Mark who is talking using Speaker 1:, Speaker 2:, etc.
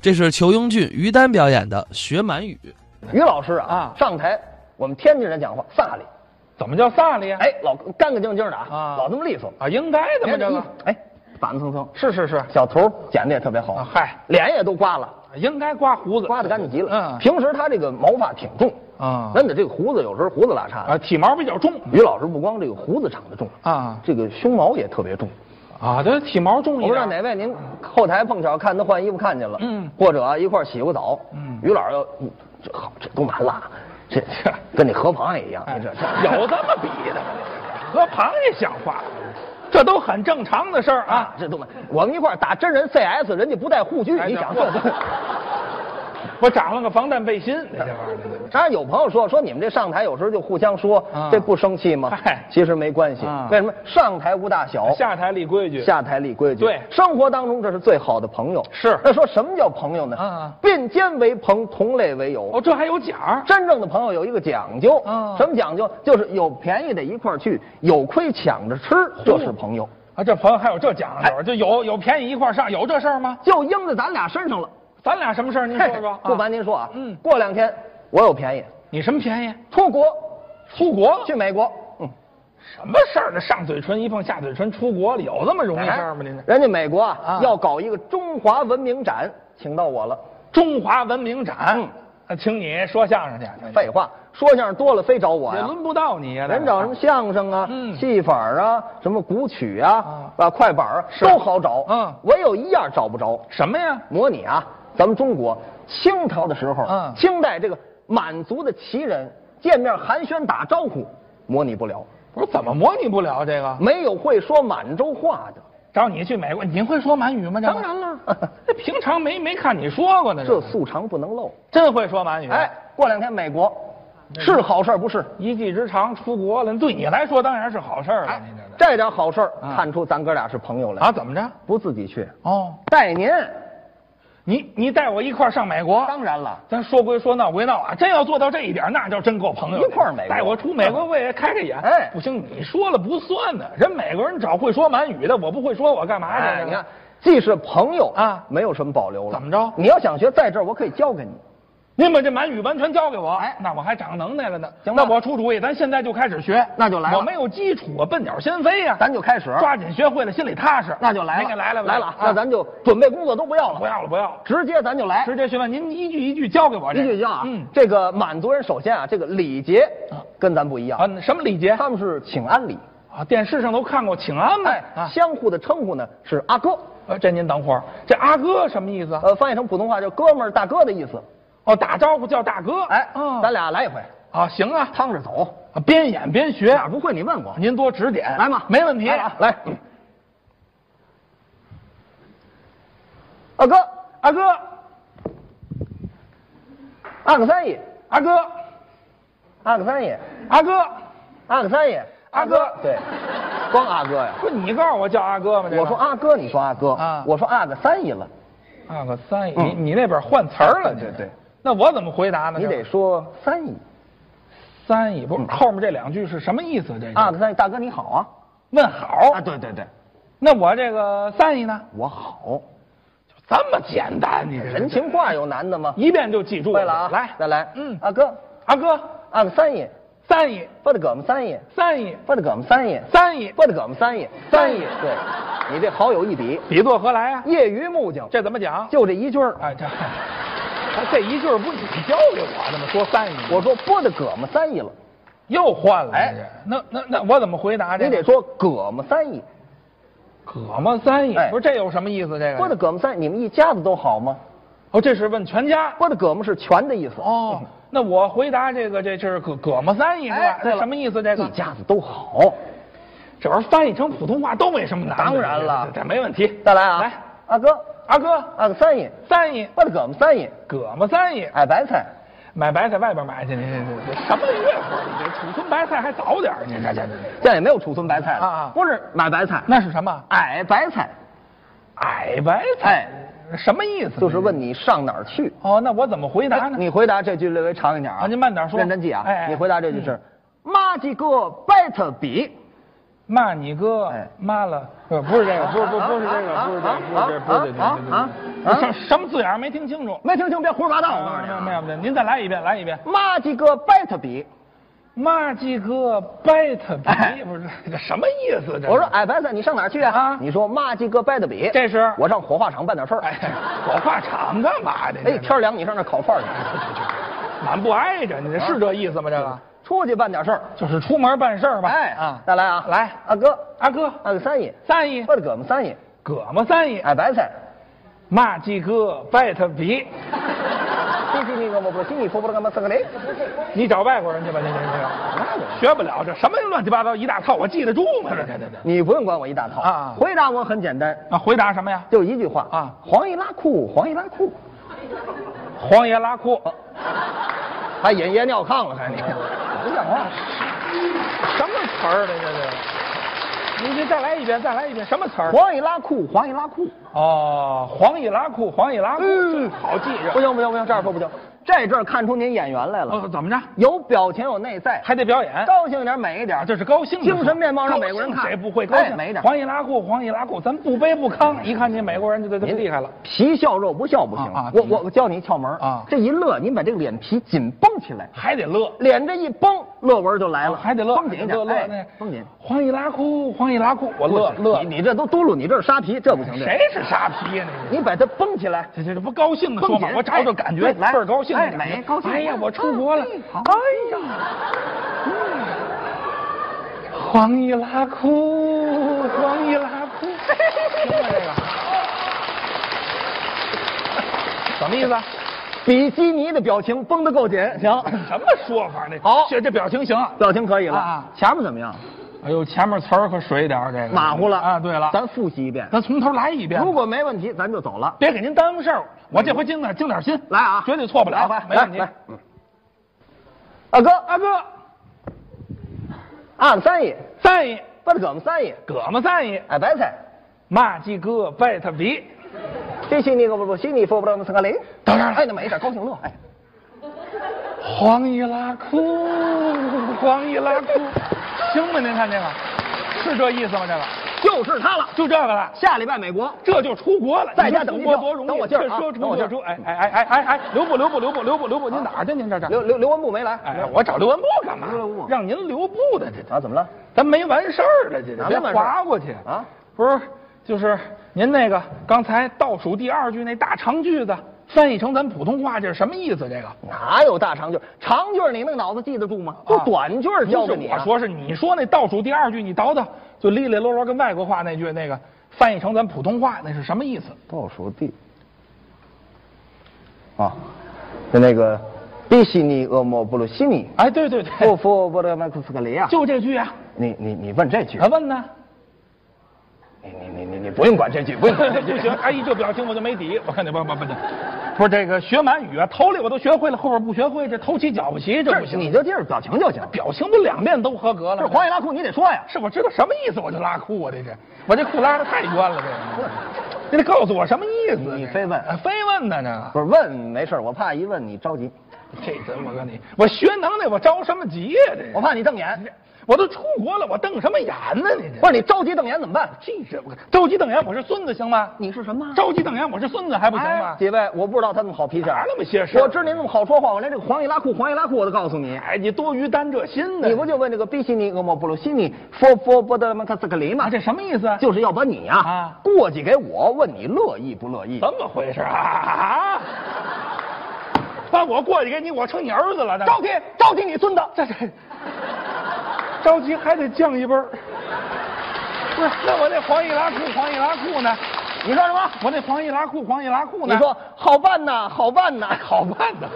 Speaker 1: 这是裘英俊、于丹表演的《学满语》。
Speaker 2: 于老师啊
Speaker 3: 啊，
Speaker 2: 上台我们天津人讲话飒利，
Speaker 3: 怎么叫萨利啊？
Speaker 2: 哎，老干干净净的啊，
Speaker 3: 啊
Speaker 2: 老这么利索。
Speaker 3: 啊，应该的嘛，
Speaker 2: 哎
Speaker 3: 这
Speaker 2: 一
Speaker 3: 个
Speaker 2: 哎，板板蹭蹭，
Speaker 3: 是是是，
Speaker 2: 小头剪的也特别好
Speaker 3: 啊，嗨，
Speaker 2: 脸也都刮了，
Speaker 3: 应该刮胡子，
Speaker 2: 刮的干净极了。嗯
Speaker 3: 嗯，
Speaker 2: 平时他这个毛发挺重
Speaker 3: 啊
Speaker 2: 那你这个胡子有时候胡子拉碴
Speaker 3: 啊，
Speaker 2: 的。
Speaker 3: 体毛比较重
Speaker 2: 于老师不光这个胡子长得重，
Speaker 3: 啊
Speaker 2: 这个胸毛也特别重。
Speaker 3: 啊，这体毛重
Speaker 2: 我
Speaker 3: 一
Speaker 2: 不知道
Speaker 3: 点。
Speaker 2: 哪位您后台碰巧看他换衣服看见了，
Speaker 3: 嗯
Speaker 2: 或者啊一块儿洗过澡，
Speaker 3: 嗯啊
Speaker 2: 于老师又，嗯这好，这都完了，啊这这跟你河螃蟹一样，
Speaker 3: 哎
Speaker 2: 你 这
Speaker 3: 有这么比的吗？和螃蟹像话，这都很正常的事儿
Speaker 2: 啊
Speaker 3: 啊，。
Speaker 2: 这都完，我们一块儿打真人 CS，人家不带护具，
Speaker 3: 哎
Speaker 2: 你
Speaker 3: 这
Speaker 2: 想
Speaker 3: 嚯
Speaker 2: 这都。
Speaker 3: 我长了个防弹背心，这玩意儿
Speaker 2: 当然有朋友说说你们这上台有时候就互相说，
Speaker 3: 啊
Speaker 2: 这不生气吗？
Speaker 3: 嗨
Speaker 2: 其实没关系。
Speaker 3: 啊
Speaker 2: 为什么上台无大小，
Speaker 3: 下台立规矩。
Speaker 2: 下台立规矩。
Speaker 3: 对
Speaker 2: 生活当中这是最好的朋友。
Speaker 3: 是
Speaker 2: 那说什么叫朋友呢？
Speaker 3: 嗯嗯
Speaker 2: 并肩为朋，同类为友。
Speaker 3: 哦，这还有奖儿
Speaker 2: 真正的朋友有一个讲究，
Speaker 3: 嗯
Speaker 2: 什么讲究？就是有便宜的一块儿去，有亏抢着吃，
Speaker 3: 哦
Speaker 2: 这是朋友。
Speaker 3: 啊！这朋友还有这奖儿，就有有便宜一块儿上，有这事儿吗？
Speaker 2: 哎就应在咱俩身上了。
Speaker 3: 咱俩什么事儿？您说说。
Speaker 2: 不
Speaker 3: 啊
Speaker 2: 瞒您说啊，
Speaker 3: 嗯
Speaker 2: 过两天我有便宜，
Speaker 3: 你什么便宜？
Speaker 2: 出国
Speaker 3: 出国
Speaker 2: 去美国，嗯，
Speaker 3: 什么事儿呢？上嘴唇一碰下嘴唇，出国了有这么容易事儿吗？您这
Speaker 2: 人家美国啊
Speaker 3: 啊
Speaker 2: 要搞一个中华文明展，请到我了。
Speaker 3: 中华文明展
Speaker 2: 嗯，哎
Speaker 3: 啊请你说相声去。
Speaker 2: 废话，
Speaker 3: 嗯
Speaker 2: 说相声多了非找我
Speaker 3: 也
Speaker 2: 呀。
Speaker 3: 轮不到你呀。
Speaker 2: 人找什么相声啊、
Speaker 3: 嗯
Speaker 2: 戏法啊、什么古曲啊
Speaker 3: 啊、
Speaker 2: 啊快板啊，都好找。
Speaker 3: 嗯
Speaker 2: 唯有一样找不着，
Speaker 3: 什么呀？
Speaker 2: 模拟啊，咱们中国清朝的时候，
Speaker 3: 嗯
Speaker 2: 清代这个满族的旗人见面寒暄打招呼，模拟不了，
Speaker 3: 我说怎么模拟不了这个？
Speaker 2: 没有会说满洲话的。
Speaker 3: 找你去美国，您会说满语吗？这个
Speaker 2: 当然了
Speaker 3: 这平常没没看你说过 呢。
Speaker 2: 这
Speaker 3: 个
Speaker 2: 素常不能漏。
Speaker 3: 真会说满语。
Speaker 2: 哎，，过两天美国，是好事儿不是？
Speaker 3: 一技之长出国了，对你来说当然是好事
Speaker 2: 哎
Speaker 3: 儿了。您这
Speaker 2: 这点好事儿
Speaker 3: 啊
Speaker 2: 看出咱哥俩是朋友来
Speaker 3: 啊，，怎么着？
Speaker 2: 不自己去，
Speaker 3: 哦，
Speaker 2: 带您。
Speaker 3: 你你带我一块儿上美国，
Speaker 2: 当然了，
Speaker 3: 咱说归说，闹归闹啊，真要做到这一点，那叫真够朋友的。
Speaker 2: 一块儿美国嗯
Speaker 3: 带我出美国，我也开开眼。
Speaker 2: 哎
Speaker 3: 不行，你说了不算呢。人美国人找会说满语的，我不会说，我干嘛去？
Speaker 2: 哎，
Speaker 3: 这个
Speaker 2: 你看，既是朋友
Speaker 3: 啊
Speaker 2: 没有什么保留了。
Speaker 3: 怎么着
Speaker 2: 你要想学，在这儿我可以教给你。
Speaker 3: 您把这满语完全交给我，哎，那我还长能耐了呢。
Speaker 2: 行吧
Speaker 3: 那我出主意，咱现在就开始学，
Speaker 2: 那就来了
Speaker 3: 我没有基础，我笨鸟先飞呀、
Speaker 2: 咱就开始
Speaker 3: 抓紧学会了，心里踏实。
Speaker 2: 那就来
Speaker 3: 您
Speaker 2: 了，
Speaker 3: 给来了吧，
Speaker 2: 来了
Speaker 3: 啊，
Speaker 2: 那咱就准备工作都不要了，
Speaker 3: 不要了，不要了，
Speaker 2: 直接咱就来。
Speaker 3: 直接询问您一句一句教给我这
Speaker 2: 一
Speaker 3: 个。
Speaker 2: 句一句啊，
Speaker 3: 嗯，
Speaker 2: 这个满族人首先啊，这个礼节跟咱不一样，
Speaker 3: 啊，什么礼节？
Speaker 2: 他们是请安礼，
Speaker 3: 啊，电视上都看过，请安呗。
Speaker 2: 哎，
Speaker 3: 啊，
Speaker 2: 相互的称呼呢是阿哥，
Speaker 3: 呃，这您等会儿，这阿哥什么意思啊？
Speaker 2: 呃，翻译成普通话就是哥们儿、大哥的意思。
Speaker 3: 哦，打招呼叫大哥。
Speaker 2: 哎，
Speaker 3: 嗯，
Speaker 2: 咱俩来一回，
Speaker 3: 啊，行啊，
Speaker 2: 趟着走，
Speaker 3: 啊边演边学，
Speaker 2: 哪儿不会你问我，
Speaker 3: 您多指点。
Speaker 2: 来嘛，
Speaker 3: 没问题。
Speaker 2: 来啊来，二哥，
Speaker 3: 阿哥，
Speaker 2: 二个三爷，
Speaker 3: 阿哥，
Speaker 2: 二个三爷，
Speaker 3: 阿哥，
Speaker 2: 二个三爷，
Speaker 3: 阿哥
Speaker 2: 对，光阿哥呀。
Speaker 3: 不是你告诉我叫阿哥吗？这个
Speaker 2: 我说啊阿哥，你说阿哥，
Speaker 3: 啊
Speaker 2: 我说阿个三姨了，
Speaker 3: 阿哥啊三爷，
Speaker 2: 嗯
Speaker 3: 你你那边换词儿
Speaker 2: 对
Speaker 3: 了，你
Speaker 2: 对对。
Speaker 3: 那我怎么回答呢？
Speaker 2: 你
Speaker 3: 这
Speaker 2: 得说嗯三姨，
Speaker 3: 三爷，不是后面这两句是什么意思？这个
Speaker 2: 阿个三姨，大哥你好啊，
Speaker 3: 问好。
Speaker 2: 啊对对对，
Speaker 3: 那我这个三爷呢？
Speaker 2: 我好，
Speaker 3: 这么简单，你这
Speaker 2: 人情话有难的吗？
Speaker 3: 嗯一遍就记住
Speaker 2: 会了啊，
Speaker 3: 来，
Speaker 2: 再来，
Speaker 3: 嗯，
Speaker 2: 阿哥，
Speaker 3: 阿哥，
Speaker 2: 阿个三姨，
Speaker 3: 三爷，
Speaker 2: 不得哥们三姨，
Speaker 3: 三爷，
Speaker 2: 不得哥们三姨，
Speaker 3: 三爷，
Speaker 2: 不得哥们三姨，
Speaker 3: 三姨
Speaker 2: 对，你这好有一比，
Speaker 3: 比作何来啊？
Speaker 2: 业余木匠，
Speaker 3: 这怎么讲？
Speaker 2: 就这一句儿，
Speaker 3: 哎，这这一句儿不是你教给我的吗？说三爷，
Speaker 2: 我说不得哥们三姨了，
Speaker 3: 又换了。
Speaker 2: 哎
Speaker 3: 哎，那那那我怎么回答这
Speaker 2: 你
Speaker 3: 个？
Speaker 2: 得说哥们三姨，
Speaker 3: 葛么三
Speaker 2: 哎
Speaker 3: 爷，不是这有什么意思？这个
Speaker 2: 不得哥们三姨，你们一家子都好吗？
Speaker 3: 哦，这是问全家。
Speaker 2: 不得哥们是全的意思，
Speaker 3: 哦，那我回答这个，这是葛葛么三爷是吧？
Speaker 2: 哎对
Speaker 3: 这
Speaker 2: 了
Speaker 3: 什么意思？这
Speaker 2: 一
Speaker 3: 个
Speaker 2: 家子都好。
Speaker 3: 这玩意儿翻译成普通话都没什么难的。
Speaker 2: 当然了
Speaker 3: 这这没问题。
Speaker 2: 再来啊，
Speaker 3: 来，
Speaker 2: 阿哥，
Speaker 3: 阿哥，
Speaker 2: 阿哥三爷，
Speaker 3: 三爷，
Speaker 2: 我的哥们三爷，
Speaker 3: 葛么三爷，
Speaker 2: 矮白菜，
Speaker 3: 买白菜外边买去，您这这这什么月份儿？你这储存白菜还早点儿，您这这这这
Speaker 2: 现在也没有储存白菜了，
Speaker 3: 啊啊
Speaker 2: 不是买白菜，
Speaker 3: 那是什么？
Speaker 2: 矮白菜
Speaker 3: 矮白菜，什么意思？
Speaker 2: 就是问你上哪儿去。
Speaker 3: 哦，那我怎么回答呢？
Speaker 2: 你回答这句略微长一点啊，
Speaker 3: 啊您慢点说
Speaker 2: 认真记啊。
Speaker 3: 哎哎
Speaker 2: 你回答这句是，妈鸡哥白特比，
Speaker 3: 骂你哥
Speaker 2: 哎，
Speaker 3: 妈了，呃，不是这个，不是不
Speaker 2: 啊
Speaker 3: 不是这个，
Speaker 2: 啊
Speaker 3: 不是这个，不是这个，不
Speaker 2: 啊
Speaker 3: 是
Speaker 2: 啊
Speaker 3: 这个，
Speaker 2: 啊
Speaker 3: 不是这个
Speaker 2: 啊
Speaker 3: 什什么字眼儿没听清楚？
Speaker 2: 没听清，别胡说八道！我告诉
Speaker 3: 没
Speaker 2: 你
Speaker 3: 有
Speaker 2: 啊，
Speaker 3: 没有没有，您再来一遍，来一遍。
Speaker 2: 骂几个拜特比。
Speaker 3: 骂鸡哥掰他
Speaker 2: 哎
Speaker 3: 皮，不是这什么意思？这
Speaker 2: 我说，哎，白子，你上哪儿去啊
Speaker 3: 啊？
Speaker 2: 你说骂几个拜特比。
Speaker 3: 这是
Speaker 2: 我上火化场办点事儿。
Speaker 3: 哎，火化场干嘛的？
Speaker 2: 哎，
Speaker 3: 这
Speaker 2: 天儿凉，你上那儿烤串儿去，
Speaker 3: 满不挨着，你这是这意思吗？这个
Speaker 2: 出去办点事儿。
Speaker 3: 就是出门办事儿吧。
Speaker 2: 哎
Speaker 3: 啊，
Speaker 2: 再来啊，
Speaker 3: 来
Speaker 2: 啊哥，
Speaker 3: 阿哥，
Speaker 2: 啊个三姨，
Speaker 3: 三姨，
Speaker 2: 我的哥们三姨，
Speaker 3: 葛么三姨，
Speaker 2: 哎白菜，
Speaker 3: 骂鸡哥掰他皮，
Speaker 2: 这这那个我不心里说不了干嘛四个雷，
Speaker 3: 你找外国人去吧，这这这，学不了这什么乱七八糟一大套，我记得住吗？这这这这
Speaker 2: 你不用管我一大套
Speaker 3: 啊
Speaker 2: 回答我很简单，
Speaker 3: 啊！回答什么呀？
Speaker 2: 就一句话
Speaker 3: 啊
Speaker 2: 黄一拉裤，黄一拉裤，
Speaker 3: 黄爷拉裤，
Speaker 2: 还引夜尿炕了还你，不像话。
Speaker 3: 什么词儿呢？这这，你你再来一遍，再来一遍，什么词 儿？
Speaker 2: 黄一拉裤，黄一拉裤，
Speaker 3: 哦，黄一拉裤，黄一拉裤，
Speaker 2: 嗯
Speaker 3: 好记
Speaker 2: 不
Speaker 3: 着。
Speaker 2: 行不行不行，这样说不行，这阵儿看出您演员来了，
Speaker 3: 哦，怎么着？
Speaker 2: 有表情有内在，
Speaker 3: 还得表演？
Speaker 2: 高兴一点美一
Speaker 3: 啊
Speaker 2: 点，
Speaker 3: 这是高兴的时候，
Speaker 2: 精神面貌让美国人看，
Speaker 3: 高兴谁不会高兴？
Speaker 2: 哎美一点。嗯
Speaker 3: 黄一拉裤，黄一拉裤，咱不卑不亢，一看这美国人就对他厉害了。
Speaker 2: 皮笑肉不笑不行，
Speaker 3: 啊啊
Speaker 2: 我我我教你一窍门儿
Speaker 3: 啊
Speaker 2: 这一乐，您把这个脸皮紧绷起来，
Speaker 3: 还得乐，
Speaker 2: 脸这一绷，乐纹就来了，
Speaker 3: 啊还得乐，
Speaker 2: 绷紧一点，
Speaker 3: 乐乐
Speaker 2: 哎
Speaker 3: 那
Speaker 2: 绷紧。
Speaker 3: 黄一拉裤，黄一拉裤，我乐乐
Speaker 2: 你。你这都嘟噜，你这是沙皮，这不行。这
Speaker 3: 谁是傻逼呀？你
Speaker 2: 你把它绷起来，
Speaker 3: 这这这不高兴的啊说
Speaker 2: 蹦
Speaker 3: 法，
Speaker 2: 起
Speaker 3: 我找找感觉，
Speaker 2: 哎来
Speaker 3: 倍儿高兴的
Speaker 2: 哎
Speaker 3: 感觉，
Speaker 2: 美高兴
Speaker 3: 哎呀，我出国了，
Speaker 2: 嗯好
Speaker 3: 哎呀，嗯黄一拉裤，黄一拉裤，听过这个？什么意思啊？
Speaker 2: 比基尼的表情绷得够紧，行，
Speaker 3: 什么说法呢？
Speaker 2: 好
Speaker 3: 这这表情行啊。
Speaker 2: 表情可以了。
Speaker 3: 啊
Speaker 2: 前面怎么样？
Speaker 3: 哎呦，前面词儿可水一点儿，这个
Speaker 2: 马虎了
Speaker 3: 啊。对了，哎咱
Speaker 2: 咱复习一遍。
Speaker 3: 咱从头来一遍吧，
Speaker 2: 如果没问题，咱就走了。
Speaker 3: 别给您耽误事儿，我这回精点精点心，
Speaker 2: 来啊，
Speaker 3: 绝对错不了
Speaker 2: 来，来
Speaker 3: 没问题。
Speaker 2: 来，嗯二哥，
Speaker 3: 阿哥，
Speaker 2: 二三姨，
Speaker 3: 三姨。
Speaker 2: 不是哥们三姨，
Speaker 3: 葛么赞也，
Speaker 2: 哎，白菜，
Speaker 3: 骂鸡哥拜他鼻，
Speaker 2: 这心里可不不，心里说不了那是个雷。
Speaker 3: 当然了
Speaker 2: 哎，那没事，高兴乐，哎，
Speaker 3: 黄一拉裤，黄一拉裤，行吗？您看这个，是这意思吗？这个
Speaker 2: 就是他了。
Speaker 3: 就这个了，
Speaker 2: 下礼拜美国，
Speaker 3: 这就出国了，
Speaker 2: 在家
Speaker 3: 你说
Speaker 2: 等
Speaker 3: 出
Speaker 2: 一
Speaker 3: 国
Speaker 2: 等
Speaker 3: 多容易，
Speaker 2: 等我劲儿
Speaker 3: 这
Speaker 2: 啊
Speaker 3: 说
Speaker 2: 等
Speaker 3: 出
Speaker 2: 我劲
Speaker 3: 就
Speaker 2: 儿啊
Speaker 3: 出，哎哎哎哎哎哎，留步留步留步留步留步，您哪儿去？您这这，
Speaker 2: 刘刘刘文步没来，
Speaker 3: 哎，我找刘文步干嘛
Speaker 2: 留留步？
Speaker 3: 让您留步的这这，
Speaker 2: 啊，怎么了？
Speaker 3: 咱没完事儿了，这这
Speaker 2: 哪
Speaker 3: 别
Speaker 2: 能完事儿
Speaker 3: 划过去
Speaker 2: 啊！
Speaker 3: 不是，就是您那个刚才倒数第二句那大长句子，翻译成咱普通话这是什么意思？这个？
Speaker 2: 哪有大长句儿？长句儿你那个脑子记得住吗？都短句儿教
Speaker 3: 不
Speaker 2: 给
Speaker 3: 啊是
Speaker 2: 你、啊
Speaker 3: 我，说是你说那倒数第二句，你倒倒就利利落落跟外国话那句那个翻译成咱普通话那是什么意思？
Speaker 2: 倒数第啊，就那个比西尼恶魔布鲁西尼，
Speaker 3: 哎，对对对，
Speaker 2: 不服布勒麦克斯克雷啊！
Speaker 3: 就这句啊。
Speaker 2: 你你你问这句
Speaker 3: 还，问呢？
Speaker 2: 你你你你你不用管这句，不用管 这
Speaker 3: 不
Speaker 2: 句。
Speaker 3: 行，哎，这表情我就没底。我看你不不不不，不是这个学满语啊，头里我都学会了，后边不学会，这头起脚不齐，这不
Speaker 2: 这
Speaker 3: 行。
Speaker 2: 你就记着表情就行。
Speaker 3: 表情不两遍都合格了
Speaker 2: 这
Speaker 3: 吗？
Speaker 2: 黄一拉裤你得说呀，
Speaker 3: 是我知道什么意思，我就拉裤啊，这是，我这裤拉的太冤了，这个，你得告诉我什么意思？
Speaker 2: 你
Speaker 3: 这
Speaker 2: 非问
Speaker 3: 哎非问呢？这个。
Speaker 2: 不是问没事儿我怕一问你着急，
Speaker 3: 这人我跟你，我学能耐，我着什么急呀、这
Speaker 2: 我怕你瞪眼。
Speaker 3: 我都出国了，我瞪什么眼呢？你
Speaker 2: 不是你着急瞪眼怎么办？
Speaker 3: 这这人，我着急瞪眼，我是孙子行吗？
Speaker 2: 你是什么？
Speaker 3: 着急瞪眼，我是孙子还不行吗？
Speaker 2: 几位，我不知道他那么好脾气，
Speaker 3: 哎
Speaker 2: 啊
Speaker 3: 哪那么些事儿
Speaker 2: 我知您那么好说话，我连这个黄易拉裤、黄易拉裤我都告诉你。
Speaker 3: 哎，你多余担这心呢。
Speaker 2: 你不就问这个比西尼、恶魔、布鲁西尼、佛佛波德曼克斯克里吗
Speaker 3: 啊？？这什么意思啊？
Speaker 2: 就是要把你呀、
Speaker 3: 啊
Speaker 2: 过继给我，问你乐意不乐意？
Speaker 3: 怎么回事啊啊？ 把我过去给你，我成你儿子了。着急，着急，你孙子，这这着急还得降一辈儿。不是，那我那黄易拉裤，黄易拉裤呢？
Speaker 2: 你说什么？
Speaker 3: 我那黄易拉裤，黄易拉裤呢？
Speaker 2: 你说好办呐，好办呐，好
Speaker 3: 好办的，